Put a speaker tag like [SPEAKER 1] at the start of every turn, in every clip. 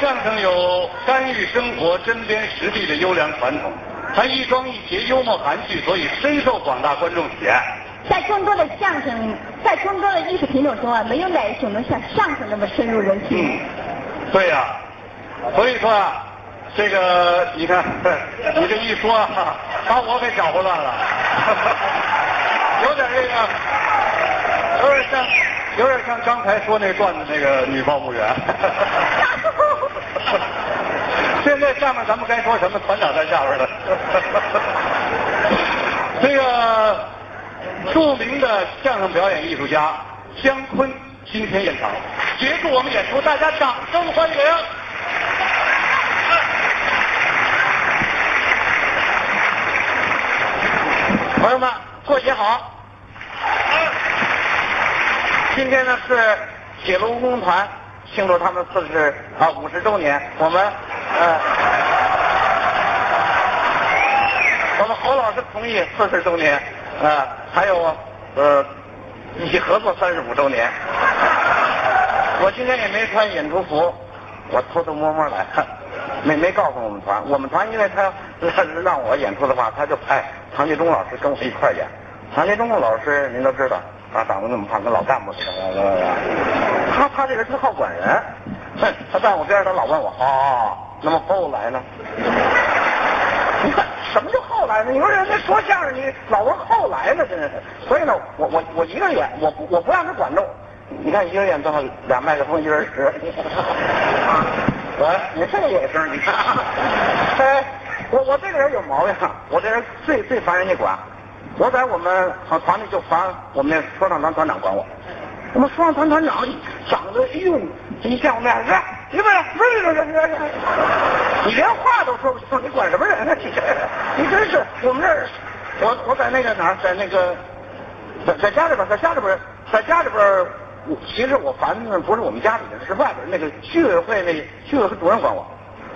[SPEAKER 1] 相声有干预生活、针砭时弊的优良传统，还一庄一谐、幽默含蓄，所以深受广大观众喜爱。
[SPEAKER 2] 在众多的相声，在众多的艺术品种中啊，没有哪一种能像相声那么深入人
[SPEAKER 1] 嗯
[SPEAKER 2] 心。，
[SPEAKER 1] 对呀、所以说啊，这个你看， 你这一说、啊， 把我给搅和乱了， 有点这个，有点像，有点像刚才说那段子那个女报幕员。嗯 现在下面咱们该说什么？团长在下边了。 这个著名的相声表演艺术家姜昆今天演唱，结束我们演出，大家掌声欢迎。 朋友们，过节好！今天呢是铁路文工团庆祝他们四十啊五十周年，我们呃。我们侯老师同意四十周年，啊、还有呃，一起合作三十五周年。我今天也没穿演出服，我偷偷摸摸来，没没告诉我们团。我们团因为他让 让我演出的话，他就派唐继忠老师跟我一块儿演。唐继忠老师您都知道，啊，长得那么胖，跟老干部似的。他他这人特好管人，哼，他站我边上，他老问我哦，那么后来呢？你看 什么叫后来呢？你说人家说相声，你老问后来呢，真是。所以呢，我我我一个人演，我不我不让他管着我。你看一个人演多少俩麦克风，一人 十。我你这也是你看，哎，我我这个人有毛病，啊我这人最最烦人家管。我在我们团团里就烦我们那说唱团团长管我。我们说唱团团长长得哎呦，一见我面，哎，你不是不是不是不是，你连话都说不清，你管什么人啊？你这你真是我们这儿，我我在那个哪儿，在那个在在家里边，在家里边，在家里边，我其实我烦的不是我们家里人，是外边那个居委会那居委会主任管我。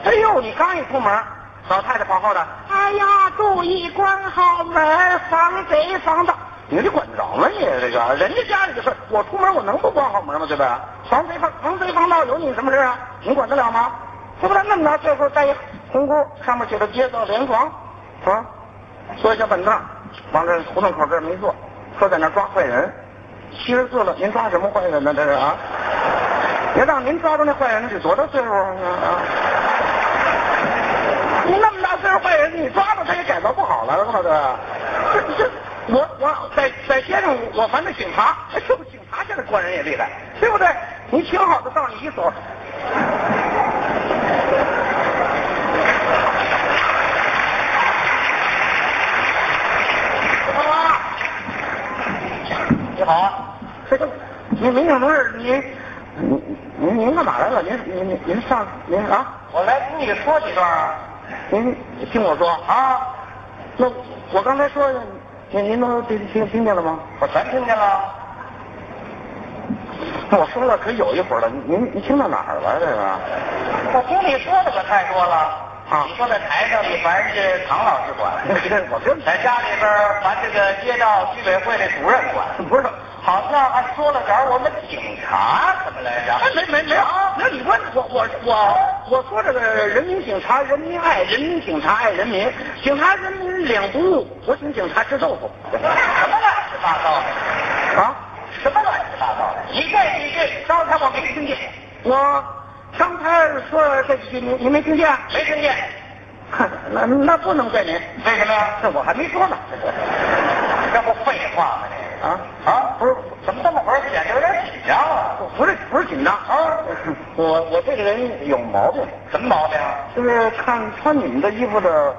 [SPEAKER 1] 哎呦，你刚一出门，老太太跑后的，哎呀，注意关好门，防贼防盗。你这管得着吗？你这个人家家里的事儿，我出门我能不关好门吗？对吧？防贼防防贼防盗有你什么事啊？你管得了吗？是不是那么大岁数带一红箍，上面写着“街道联防”，啊，坐一小板凳，往这胡同口这儿没坐，说在那儿抓坏人，七十岁了，您抓什么坏人呢？这是啊？要让您抓住那坏人，那得多大岁数啊？啊你那么大岁数坏人，你抓住他也改造不好了，是吧？这这这，我我在在街上，我反正警察，哎呦，警察现在管人也厉害，对不对？你挺好的，到你一走，你好啊，您您什么事儿？您您您您干嘛来了？您您您您上您啊？我来跟你说几段啊。您你听我说啊，那我刚才说的，您您都听听听见了吗？我全听见了。 那我说了可有一会儿了，您您听到哪儿了这个？我听你说的可太多了。啊！你说在台上，你凡是唐老师 管，我跟在家里边儿凡这个街道居委会的主任管， 不是？好像还说了点儿我们警察怎么来着？哎啊没没没有，那你说我我我我说这个人民警察，人民爱人民警察爱人民，警察人民领不误，我请警察吃豆腐。 什么乱七八糟的啊？什么乱七八糟的？一句一句，刚才我没听见。我刚才说了这几句，您您没听见？没听见。 那那不能怪您，为什么呀？这我还没说呢，这不废话吗？这啊啊，不是，怎么这么会儿显得有点紧张啊？不是不是紧张啊， 我我这个人有毛病，什么毛病？啊就是看穿你们的衣服的，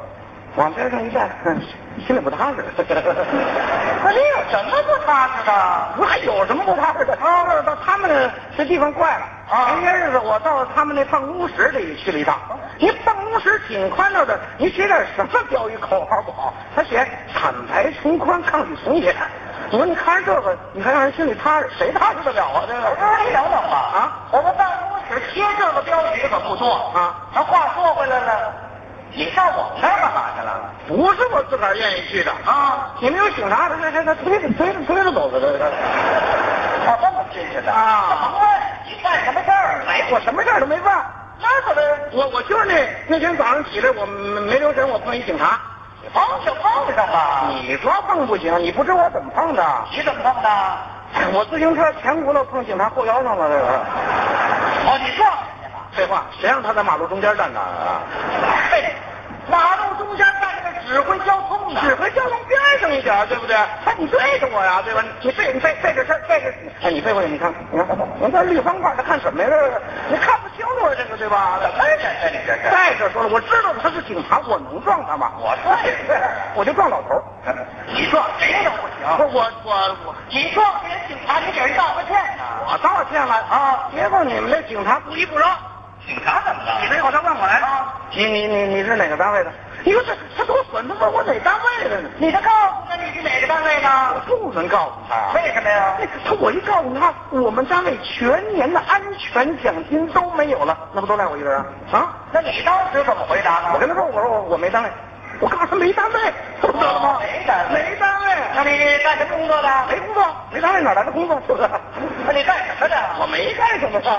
[SPEAKER 1] 往边上一站， 心里不踏实。 那你有什么不踏实的？啊 我还有什么不踏实的？啊，到他们这地方怪了。啊，前些日子我到他们那办公室里去了一趟，你办公室挺宽敞的，你写点什么标语口号不好？他写坦白从宽，抗拒从严。我说你看这个，你还让人心里踏实，谁踏实得了啊？这个，你等等吧啊！我们办公室贴这个标语可不多啊。那话说回来了，你上我们那儿干嘛去了？不是我自个儿愿意去的啊！你们有警察，他他他推着推着推着走的，这这。啊，这么进去的啊！甭问你干什么事儿，哎，我什么事儿都没干。那可不，我我就是那那天早上起来，我没没留神，我碰一警察。
[SPEAKER 3] 碰就碰上了。
[SPEAKER 1] 你说碰不行，你不知我怎么碰的。
[SPEAKER 3] 你怎么碰的？
[SPEAKER 1] 我自行车前轱辘碰警察后腰上了，这个。
[SPEAKER 3] 哦，你撞上去了。
[SPEAKER 1] 废话，谁让他在马路中间站着啊？
[SPEAKER 3] 嘿，马路中间站着个指挥交通的。
[SPEAKER 1] 指挥交通边上一点，对不对？哎，你对着我呀，对吧？你背你背背着身，背着，哎，你背过去，你看，你看，我这绿方块，他看什么呀？这个你看不清楚啊，这个对吧？
[SPEAKER 3] 怎么人啊？你这是？
[SPEAKER 1] 再者说了，我知道他是警察，我能撞他吗？
[SPEAKER 3] 我说也是，
[SPEAKER 1] 我就撞老头儿。
[SPEAKER 3] 你撞谁都不
[SPEAKER 1] 不
[SPEAKER 3] 行。
[SPEAKER 1] 是我我我
[SPEAKER 3] 你撞别人警察，你给人道个歉呢。
[SPEAKER 1] 我道歉了啊！结果你们这警察不依不饶，
[SPEAKER 3] 警察怎么
[SPEAKER 1] 你
[SPEAKER 3] 了？
[SPEAKER 1] 们以后他问我来
[SPEAKER 3] 啊，
[SPEAKER 1] 你你你你是哪个单位的？你说这他多损，他问我哪单位的呢？
[SPEAKER 3] 你这告诉他你是哪个单位
[SPEAKER 1] 我
[SPEAKER 3] 呢？
[SPEAKER 1] 不能告诉他呀。
[SPEAKER 3] 为什么呀？
[SPEAKER 1] 他我一告诉他，我们单位全年的安全奖金都没有了，那不都赖我一个人啊？啊！
[SPEAKER 3] 那你当时怎么回答呢？
[SPEAKER 1] 我跟他说，我说我我没单位，我告诉他没单位，不知道了吗？
[SPEAKER 3] 哦没单位
[SPEAKER 1] 没单位，
[SPEAKER 3] 那你干什么工作的？
[SPEAKER 1] 没工作，没单位哪来的工作？是不是？
[SPEAKER 3] 那你干什么的？
[SPEAKER 1] 我没干什么呀，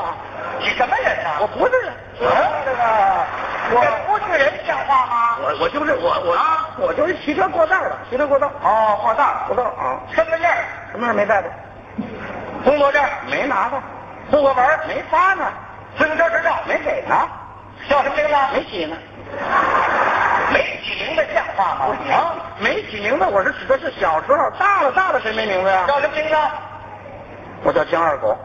[SPEAKER 3] 你什么人啊？
[SPEAKER 1] 我不是人。
[SPEAKER 3] 啊
[SPEAKER 1] 这个
[SPEAKER 3] 这不是人像话吗？
[SPEAKER 1] 我我就是我我啊，我就是骑车过道的，骑车过道。哦，过道过道啊，
[SPEAKER 3] 身份证、
[SPEAKER 1] 什么也没带着，
[SPEAKER 3] 工作证、
[SPEAKER 1] 没拿着，户口本没发呢，
[SPEAKER 3] 自行车执照
[SPEAKER 1] 没给呢，
[SPEAKER 3] 叫什么名字？啊
[SPEAKER 1] 没起呢。
[SPEAKER 3] 没起名字像话吗？
[SPEAKER 1] 啊，没起名字，我是指的是小时候，大了大了谁没名字呀、
[SPEAKER 3] 叫什么名字？啊
[SPEAKER 1] 我叫江二狗，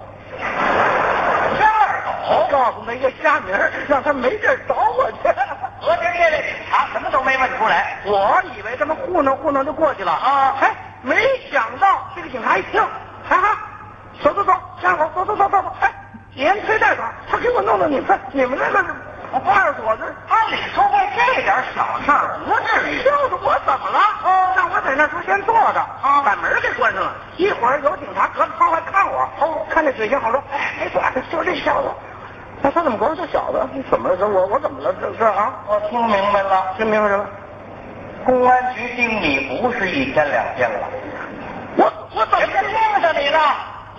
[SPEAKER 3] 江二
[SPEAKER 1] 我
[SPEAKER 3] 狗。
[SPEAKER 1] 告诉他一个瞎名儿，让他没地儿找我去。
[SPEAKER 3] 和平夜的警察什么都没问出来。
[SPEAKER 1] 我以为他们糊弄糊弄就过去了啊，哎，没想到这个警察一听，哈哈，走走走，江二狗，走走走走走，哎，连推带搡，他给我弄到你们你们那个派出所这儿。
[SPEAKER 3] 按理说为这点小事儿不至于。
[SPEAKER 1] 就是我怎么了？哦，让我在那时候先坐着，
[SPEAKER 3] 哦
[SPEAKER 1] 啊，把门给关上了。一会儿有警察隔着窗外看我，哦，看这嘴型好说，哎，没管，就这小子。那他怎么管我叫小子？你怎么了？这我我怎么了？这这啊，
[SPEAKER 3] 我听明白了，
[SPEAKER 1] 听明白了？
[SPEAKER 3] 公安局盯你不是一天两天了，
[SPEAKER 1] 我我怎么
[SPEAKER 3] 人家盯着你呢。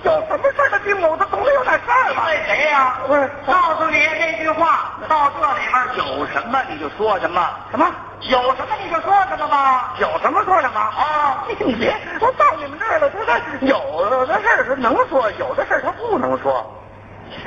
[SPEAKER 1] 有什么事儿他盯我？他总得有点事儿吧？
[SPEAKER 3] 对谁呀、
[SPEAKER 1] 不是
[SPEAKER 3] 告诉你这句话，到这里边有什么你就说什么，
[SPEAKER 1] 什么？
[SPEAKER 3] 有什么你就说什么吧。
[SPEAKER 1] 有什么说什么啊？你别，我到你们这儿了，他他有的事儿他能说，有的事儿他不能说。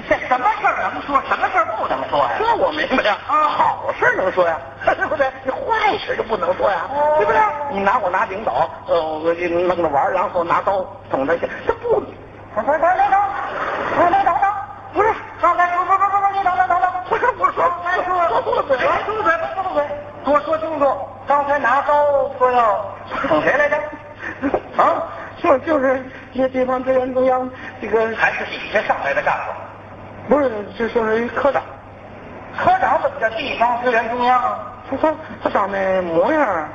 [SPEAKER 3] 这 什么事儿能说，什么事儿不能说呀、
[SPEAKER 1] 这我明白呀，
[SPEAKER 3] 啊
[SPEAKER 1] 好事能说呀， 对不对？你坏事就不能说呀，
[SPEAKER 3] 哦
[SPEAKER 1] 对不对？你拿我拿顶斗，呃，我就弄着玩儿，然后拿刀捅他去，这不，
[SPEAKER 3] 等等等等等等等等，
[SPEAKER 1] 不是？
[SPEAKER 3] 刚才说说说说说，你等等等等，
[SPEAKER 1] 不是我说，
[SPEAKER 3] 刚才说
[SPEAKER 1] 说多了嘴了，
[SPEAKER 3] 住嘴，住嘴，给我说清楚。刚才拿刀说要捅谁来着？
[SPEAKER 1] 啊，就就是这地方支援中央这个，
[SPEAKER 3] 还是底下上来的干部？
[SPEAKER 1] 不是就就是一科长，
[SPEAKER 3] 科长怎么叫地方支援中央啊？
[SPEAKER 1] 他他他长那模样儿，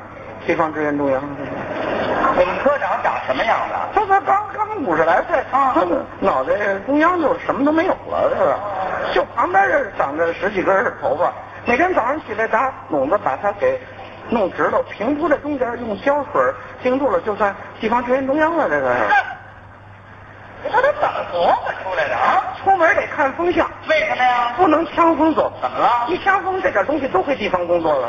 [SPEAKER 1] 地方支援中央。
[SPEAKER 3] 我们科长长什么样子啊？
[SPEAKER 1] 他才刚刚五十来岁，
[SPEAKER 3] 啊
[SPEAKER 1] 他脑袋中央就什么都没有了，这个就旁边这长着十几根儿头发，每天早上起来拿笼子把它给弄直了，平铺在中间，用胶水钉住了，就算地方支援中央了。这个
[SPEAKER 3] 你说他怎么琢磨出来的啊？
[SPEAKER 1] 出门得看风向，
[SPEAKER 3] 为什么呀？
[SPEAKER 1] 不能呛风走。
[SPEAKER 3] 怎么了
[SPEAKER 1] 一呛风，这点东西都会地方工作了。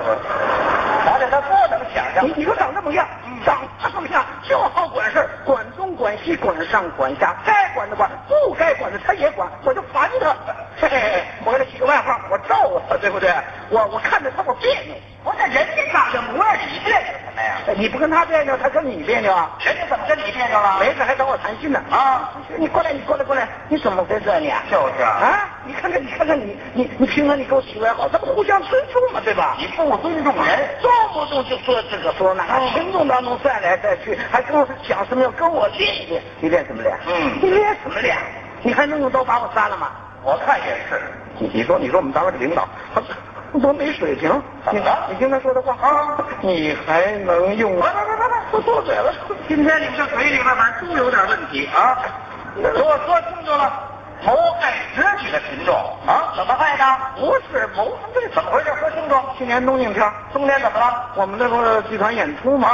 [SPEAKER 3] 瞧瞧，他多能想象嗯
[SPEAKER 1] 你。你说长这么样，长这么样就好管事儿，管东管西，管上管下，该管的管，不该管的他也管，我就烦 他。嘿嘿，我给他起个外号，我咒他，对不对？我我看着他我别扭，
[SPEAKER 3] 不是人家长这模样，你别扭什么呀？
[SPEAKER 1] 哎你不跟他别扭，他跟你别扭啊？
[SPEAKER 3] 人家怎么跟你别扭了？
[SPEAKER 1] 没事还找我谈心呢
[SPEAKER 3] 啊！
[SPEAKER 1] 你过来，你过来，过来，你怎么回事你？
[SPEAKER 3] 就是啊，
[SPEAKER 1] 啊！你看看，你看看你，你你平常你给我起个外号，咱们互相尊重嘛，对吧？
[SPEAKER 3] 你不尊重人，哦
[SPEAKER 1] 动不动就说这个说那个，群众当中再来再去，还跟我讲什么要跟我练一练，你练什么练？
[SPEAKER 3] 嗯
[SPEAKER 1] 你练什么练？你还能用刀把我杀了吗？
[SPEAKER 3] 我看也是。
[SPEAKER 1] 你你说你说我们单位的领导，他多没水平！
[SPEAKER 3] 怎
[SPEAKER 1] 你
[SPEAKER 3] 么了
[SPEAKER 1] 你听他说的话啊，你还能用？
[SPEAKER 3] 别别别别，
[SPEAKER 1] 我多嘴了，
[SPEAKER 3] 今天你们这嘴里边反正都有点问题啊！给我说清楚了，谋害直举的群众啊，怎么害的？
[SPEAKER 1] 不是谋
[SPEAKER 3] 怎么回事？说清楚。
[SPEAKER 1] 去年冬景天，
[SPEAKER 3] 中间怎么了？啊
[SPEAKER 1] 我们这个剧团演出嘛，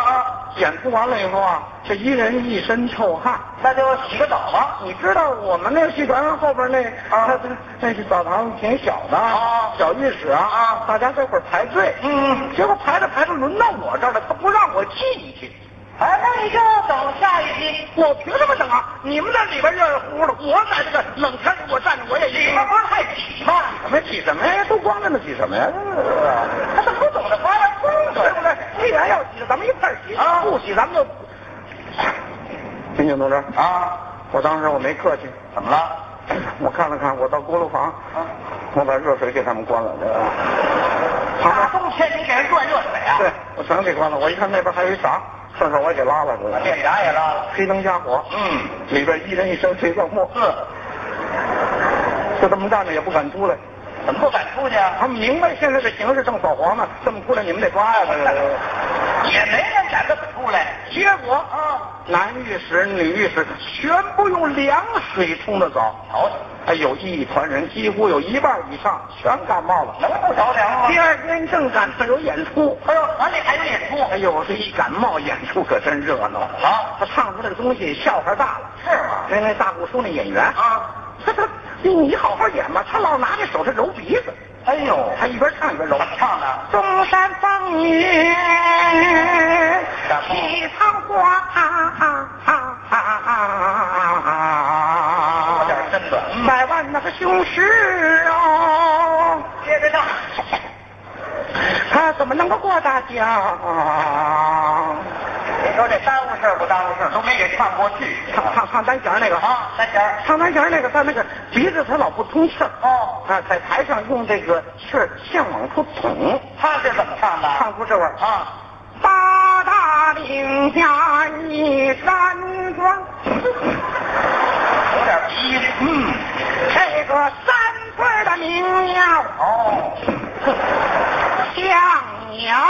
[SPEAKER 1] 演出完了以后啊，这一人一身臭汗。
[SPEAKER 3] 那就洗个澡吧。
[SPEAKER 1] 你知道我们那个戏团后边那
[SPEAKER 3] 啊
[SPEAKER 1] 那那是澡堂挺小的
[SPEAKER 3] 啊
[SPEAKER 1] 小浴室啊
[SPEAKER 3] 啊
[SPEAKER 1] 大家这会儿排队，
[SPEAKER 3] 嗯
[SPEAKER 1] 结果排着排着轮到我这儿了，他不让我进去，
[SPEAKER 3] 哎，那你就等下一期。
[SPEAKER 1] 我凭什么等啊？你们在里边热热乎乎的，我在这个冷天里我站着我也
[SPEAKER 3] 你们不是还挤吗？
[SPEAKER 1] 什么挤什么呀？都光着呢，挤什么呀？
[SPEAKER 3] 他怎么不懂得发扬风格
[SPEAKER 1] 对不对？既然要挤，咱们一块儿挤
[SPEAKER 3] 啊
[SPEAKER 1] 不挤咱们就。金警同志，
[SPEAKER 3] 啊？
[SPEAKER 1] 我当时我没客气，
[SPEAKER 3] 怎么了？
[SPEAKER 1] 我看了看，我到锅炉房，
[SPEAKER 3] 啊
[SPEAKER 1] 我把热水给他们关了。这旁边
[SPEAKER 3] 大冬天你给人灌热水啊？
[SPEAKER 1] 对，我全给关了。我一看那边还有一闸，顺手我也给拉了出
[SPEAKER 3] 把
[SPEAKER 1] 来。
[SPEAKER 3] 电闸也拉了。
[SPEAKER 1] 黑灯瞎火，
[SPEAKER 3] 嗯，
[SPEAKER 1] 里边一人一身肥皂沫，
[SPEAKER 3] 是，
[SPEAKER 1] 就这么站着也不敢出来。
[SPEAKER 3] 怎么不敢出去啊？
[SPEAKER 1] 他们明白现在这形势正扫黄呢，这么出来你们得抓呀！这个
[SPEAKER 3] 也没人敢这么出来。
[SPEAKER 1] 结果
[SPEAKER 3] 啊，
[SPEAKER 1] 男浴室、女浴室全部用凉水冲的澡，
[SPEAKER 3] 瞧瞧，
[SPEAKER 1] 哎，有一团人，几乎有一半以上全感冒了。
[SPEAKER 3] 能不着凉吗
[SPEAKER 1] 第？二天正赶上有演出，
[SPEAKER 3] 哦哎呦，团里还有演出
[SPEAKER 1] 哎呦，这一感冒演出可真热闹
[SPEAKER 3] 啊
[SPEAKER 1] 他唱出来的东西笑话大了，
[SPEAKER 3] 是吗？
[SPEAKER 1] 那那大鼓叔那演员，
[SPEAKER 3] 啊，
[SPEAKER 1] 他他你好好演吧，他老拿这手他揉鼻子，
[SPEAKER 3] 哎呦，
[SPEAKER 1] 他一边唱一边揉
[SPEAKER 3] 怎。么唱的？
[SPEAKER 1] 中山风雨，西窗花，
[SPEAKER 3] 说点真的。嗯，
[SPEAKER 1] 百万那个雄师哦，
[SPEAKER 3] 接着唱。
[SPEAKER 1] 他怎么能够过大啊奖？
[SPEAKER 3] 您说这耽误事儿不耽误事儿，都没给唱过去。
[SPEAKER 1] 唱唱唱单弦儿那个，
[SPEAKER 3] 啊，三弦儿。
[SPEAKER 1] 唱单弦儿那个，他那个鼻子他老不通气儿，
[SPEAKER 3] 哦，
[SPEAKER 1] 啊，在台上用这个气儿向往出捅，
[SPEAKER 3] 他是怎么唱的？
[SPEAKER 1] 唱出这味儿。
[SPEAKER 3] 啊，
[SPEAKER 1] 八大岭下一山庄，
[SPEAKER 3] 有点鼻音。嗯，
[SPEAKER 1] 这个山村儿的名谣
[SPEAKER 3] 哦，
[SPEAKER 1] 向阳，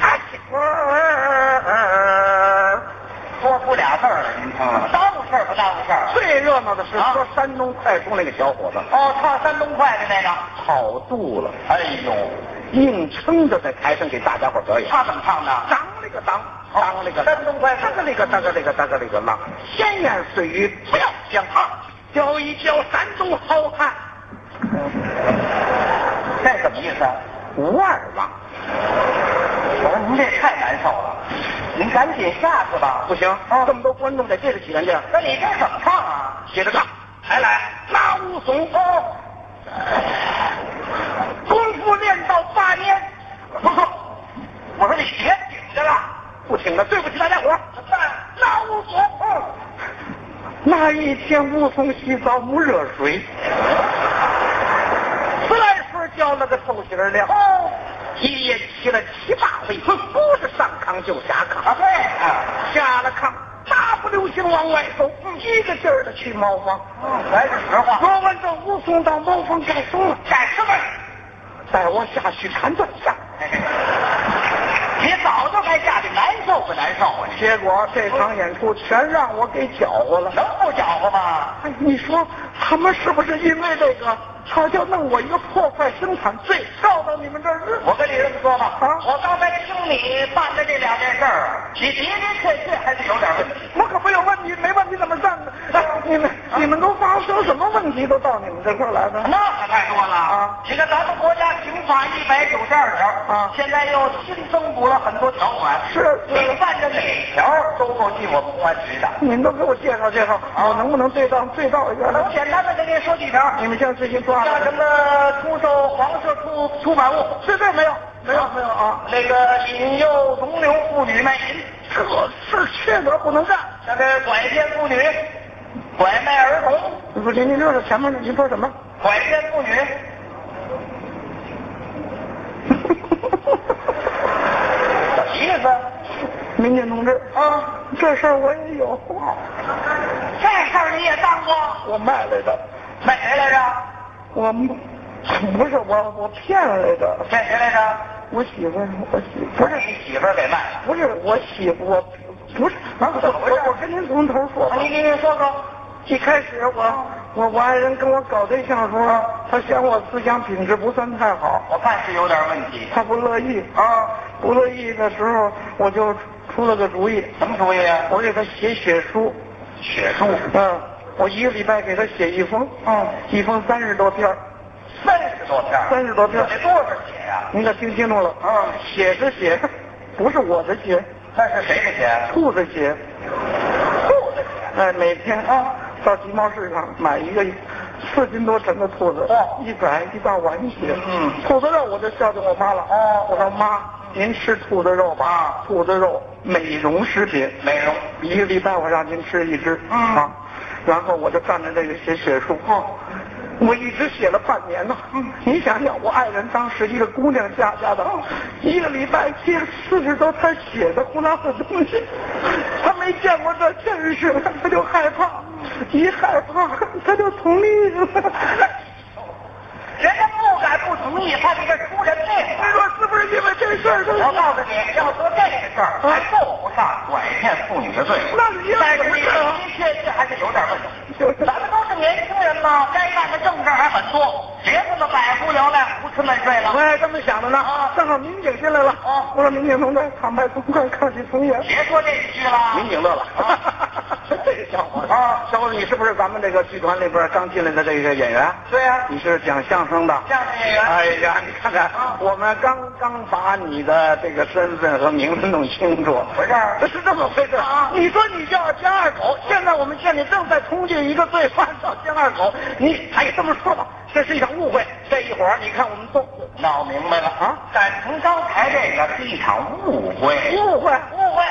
[SPEAKER 1] 哎儿
[SPEAKER 3] 说出俩字儿来，您听了吗？耽误事儿不耽误事儿？
[SPEAKER 1] 最热闹的是
[SPEAKER 3] 啊
[SPEAKER 1] 说山东快充那个小伙子
[SPEAKER 3] 哦，唱山东快的那个。
[SPEAKER 1] 好肚了，
[SPEAKER 3] 哎呦，
[SPEAKER 1] 硬撑着在台上给大家伙儿表演。
[SPEAKER 3] 他怎么唱的？
[SPEAKER 1] 当了个当，当了个当
[SPEAKER 3] 山东快
[SPEAKER 1] 当个那个当个那个当个那个浪，闲言碎语不要讲啊，教一教山东好汉
[SPEAKER 3] 这什么意思啊？
[SPEAKER 1] 武二郎。
[SPEAKER 3] 我说您这太难受了，您赶紧下去吧。
[SPEAKER 1] 不行，
[SPEAKER 3] 哦
[SPEAKER 1] 这么多观众得接着起人家，
[SPEAKER 3] 那你这怎么唱啊？
[SPEAKER 1] 接着唱，
[SPEAKER 3] 还来？
[SPEAKER 1] 那武松哦，
[SPEAKER 3] 功夫练到八年，不错。我说你别顶着了，
[SPEAKER 1] 不听了，对不起大家伙儿。
[SPEAKER 3] 那那无所谓。
[SPEAKER 1] 那一天，武松洗澡没热水，自来水浇了个透心儿了。
[SPEAKER 3] 哦，
[SPEAKER 1] 一夜起了七八回，哼，不是上炕就下炕。
[SPEAKER 3] 啊对啊，
[SPEAKER 1] 下了炕，大步流星往外走，一个劲儿的去茅房。
[SPEAKER 3] 嗯，还是实话。
[SPEAKER 1] 我问这武松到茅房干什么？
[SPEAKER 3] 干什么？
[SPEAKER 1] 带我下去缠断下。
[SPEAKER 3] 你早就该下去，难受不难受啊？你
[SPEAKER 1] 结果这场演出全让我给搅和了。
[SPEAKER 3] 能不搅和吗？
[SPEAKER 1] 哎，你说他们是不是因为这个嘲笑弄我一个破坏生产罪，告到你们这儿日？
[SPEAKER 3] 我跟你这么说吧，
[SPEAKER 1] 啊
[SPEAKER 3] 我刚才听你办的这两件事儿，啊你的的确确还是有点问题。
[SPEAKER 1] 我可没有问题，没问题怎么上呢？哎你们你们都发生什么问题，都到你们这块儿来的？
[SPEAKER 3] 那可太多了
[SPEAKER 1] 啊！
[SPEAKER 3] 你看咱们国家刑法一百九十二条
[SPEAKER 1] 啊
[SPEAKER 3] 现在又新增补了很多条款。
[SPEAKER 1] 是
[SPEAKER 3] 你犯着哪条都够进我们公安局的。
[SPEAKER 1] 你们都给我介绍介绍，我啊能不能对照对照一下呢
[SPEAKER 3] 我？简单的给您说几条，
[SPEAKER 1] 你们现在最近抓
[SPEAKER 3] 像
[SPEAKER 1] 了
[SPEAKER 3] 什么出售黄色出出版物，
[SPEAKER 1] 是这没有没有没有啊！
[SPEAKER 3] 那个引诱容留妇女卖淫，
[SPEAKER 1] 这事缺德不能干。
[SPEAKER 3] 那个拐骗妇女，拐卖儿童，
[SPEAKER 1] 你说您您说这前面您说什么？
[SPEAKER 3] 拐骗 妇女。什么意思？
[SPEAKER 1] 民警同志，
[SPEAKER 3] 啊，
[SPEAKER 1] 这事儿我也有，
[SPEAKER 3] 这事儿你也当过？
[SPEAKER 1] 我卖来的，
[SPEAKER 3] 卖谁来着？
[SPEAKER 1] 我不是我我骗来的，
[SPEAKER 3] 骗谁来着？
[SPEAKER 1] 我媳妇儿我媳妇
[SPEAKER 3] 不
[SPEAKER 1] 儿
[SPEAKER 3] 是你媳妇儿给卖了。
[SPEAKER 1] 不是我媳妇我不是啊我我我跟您从头说吧
[SPEAKER 3] 啊，。你你你说说，
[SPEAKER 1] 一开始我我我爱人跟我搞对象的时候，啊他嫌我思想品质不算太好，
[SPEAKER 3] 哦我看是有点问题
[SPEAKER 1] 他不乐意。
[SPEAKER 3] 啊。
[SPEAKER 1] 不乐意的时候，我就出了个主意，
[SPEAKER 3] 什么主意啊？
[SPEAKER 1] 我给他写写书。
[SPEAKER 3] 写书
[SPEAKER 1] 嗯，我一个礼拜给他写一封，嗯，一封三十多篇儿
[SPEAKER 3] 三十多篇儿，
[SPEAKER 1] 三十多篇儿
[SPEAKER 3] 得多少写呀？
[SPEAKER 1] 您可听清楚了，
[SPEAKER 3] 嗯，
[SPEAKER 1] 写是写，不是我的写，
[SPEAKER 3] 那是谁的写？啊
[SPEAKER 1] 兔子写。
[SPEAKER 3] 兔子写。
[SPEAKER 1] 哎，每天啊，到集贸市场买一个四斤多沉的兔子，
[SPEAKER 3] 哦
[SPEAKER 1] 一宰一大碗血。
[SPEAKER 3] 嗯
[SPEAKER 1] 兔子肉我就孝敬我妈了。哦，我说妈，您吃兔子肉吧，
[SPEAKER 3] 啊
[SPEAKER 1] 兔子肉美容食品，
[SPEAKER 3] 美容。
[SPEAKER 1] 一个礼拜我让您吃一只。
[SPEAKER 3] 嗯
[SPEAKER 1] 啊，然后我就站在这个写血书。哦我一直写了半年呢，嗯，你想想，我爱人当时一个姑娘家家的，哦一个礼拜写四十多篇写的胡拉的东西，他没见过这阵势，他就害怕，一害怕他就同意了。
[SPEAKER 3] 人家不敢不同意，他这个出人命
[SPEAKER 1] 你说是不是因为这事儿？啊
[SPEAKER 3] 我告诉你，要说这个事儿，还够不上拐骗妇女的罪。
[SPEAKER 1] 那你
[SPEAKER 3] 但是
[SPEAKER 1] 怎么
[SPEAKER 3] 你
[SPEAKER 1] 知道
[SPEAKER 3] 确实还是有点问题。
[SPEAKER 1] 就是
[SPEAKER 3] 咱们都是年轻人嘛，该干的正事儿还很多，别这么百无聊赖、胡吃乱睡
[SPEAKER 1] 我
[SPEAKER 3] 了。
[SPEAKER 1] 也这么想的呢
[SPEAKER 3] 啊，
[SPEAKER 1] 正好民警进来了
[SPEAKER 3] 啊，
[SPEAKER 1] 我说民警同志，坦白从宽，抗拒从严。
[SPEAKER 3] 别说这几句了。
[SPEAKER 1] 民警乐了，
[SPEAKER 3] 啊
[SPEAKER 1] 这个小伙子啊，小伙子，你是不是咱们这个剧团里边刚进来的这个演员？
[SPEAKER 3] 对呀、
[SPEAKER 1] 你是讲相声的？
[SPEAKER 3] 相声演员
[SPEAKER 1] 哎呀，你看看
[SPEAKER 3] 啊，
[SPEAKER 1] 我们刚刚把你的这个身份和名字弄清楚。
[SPEAKER 3] 回事儿
[SPEAKER 1] 这是这么回事儿
[SPEAKER 3] 啊
[SPEAKER 1] 你说你叫江二狗，现在我们县里正在通缉一个罪犯叫江二狗。你哎，这么说吧，这是一场误会。这一会儿你看我们都
[SPEAKER 3] 闹明白了
[SPEAKER 1] 啊！
[SPEAKER 3] 但从刚才这个是一场误会，
[SPEAKER 1] 误会，
[SPEAKER 3] 误会，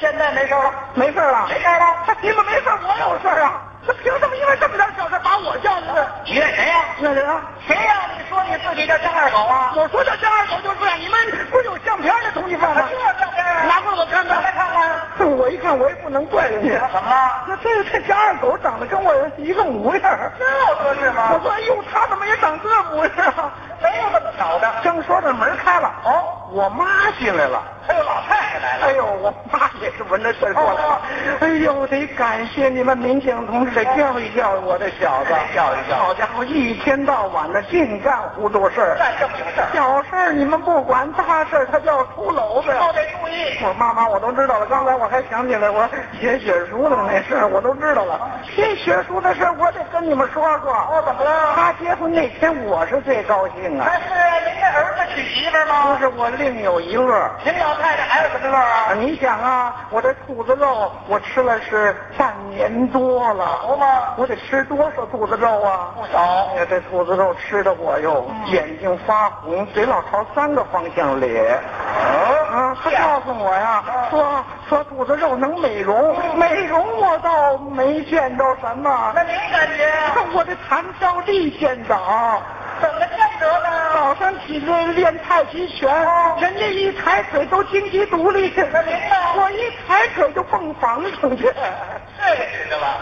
[SPEAKER 3] 现在没事了，
[SPEAKER 1] 没事儿了。
[SPEAKER 3] 没事了。
[SPEAKER 1] 哎你们没事儿，我有事儿啊！这凭什么因为这么点小事把我叫进来？
[SPEAKER 3] 你怨谁呀、
[SPEAKER 1] 那人啊，
[SPEAKER 3] 谁让你说你自己叫张二狗啊？
[SPEAKER 1] 我说这江二狗就是啊，你们不是有相片的东西放吗
[SPEAKER 3] 啊？这照片啊
[SPEAKER 1] 拿过来我看看。
[SPEAKER 3] 来看看。
[SPEAKER 1] 看。我一看，我也不能怪人家。
[SPEAKER 3] 怎么了？
[SPEAKER 1] 那这这江二狗长得跟我一个模样儿。
[SPEAKER 3] 这合适
[SPEAKER 1] 我
[SPEAKER 3] 吗？
[SPEAKER 1] 说，哎呦，他怎么也长这模样儿啊？
[SPEAKER 3] 没有那么巧的。
[SPEAKER 1] 正说着，门开了，
[SPEAKER 3] 哦，
[SPEAKER 1] 我妈进来了。
[SPEAKER 3] 还有老太太来了。
[SPEAKER 1] 哎呦，我妈也是闻着事儿过来了。 哎呦，得感谢你们民警同志，得
[SPEAKER 3] 哎
[SPEAKER 1] 教育教育我这小子
[SPEAKER 3] 得，教育教育
[SPEAKER 1] 好家伙，一天到晚的净干糊涂事儿。
[SPEAKER 3] 干正经事儿，
[SPEAKER 1] 小事儿你们不管，大事儿他就要出篓子
[SPEAKER 3] 以后
[SPEAKER 1] 呀。
[SPEAKER 3] 得注意。
[SPEAKER 1] 我妈妈我都知道了，刚才我还想起来我写血书的那事儿，我都知道了。写血书的事儿我得跟你们说说。
[SPEAKER 3] 哦
[SPEAKER 1] 我怎么了？他结婚那天我是最高兴啊，
[SPEAKER 3] 还是啊，您这儿子娶媳妇儿
[SPEAKER 1] 不
[SPEAKER 3] 吗？
[SPEAKER 1] 是我另有一乐。
[SPEAKER 3] 您老太太还有什么乐
[SPEAKER 1] 啊
[SPEAKER 3] 啊？
[SPEAKER 1] 你想啊，我这兔子肉我吃了是半年多了，
[SPEAKER 3] 头吗？
[SPEAKER 1] 我得吃多少兔子肉啊？
[SPEAKER 3] 不少
[SPEAKER 1] 哎。呀，这兔子肉吃的我哟，眼睛发红，嘴老朝三个方向咧。啊，他告诉我呀，
[SPEAKER 3] 嗯
[SPEAKER 1] 说说兔子肉能美容，美容我倒没见着什么，
[SPEAKER 3] 那您感觉啊
[SPEAKER 1] 我这谭招娣县长。
[SPEAKER 3] 怎么见得呢？
[SPEAKER 1] 早上起来练太极拳，人家一抬腿都金鸡独立，
[SPEAKER 3] 您呢
[SPEAKER 1] 我一抬腿就蹦房上去。
[SPEAKER 3] 这是的吧？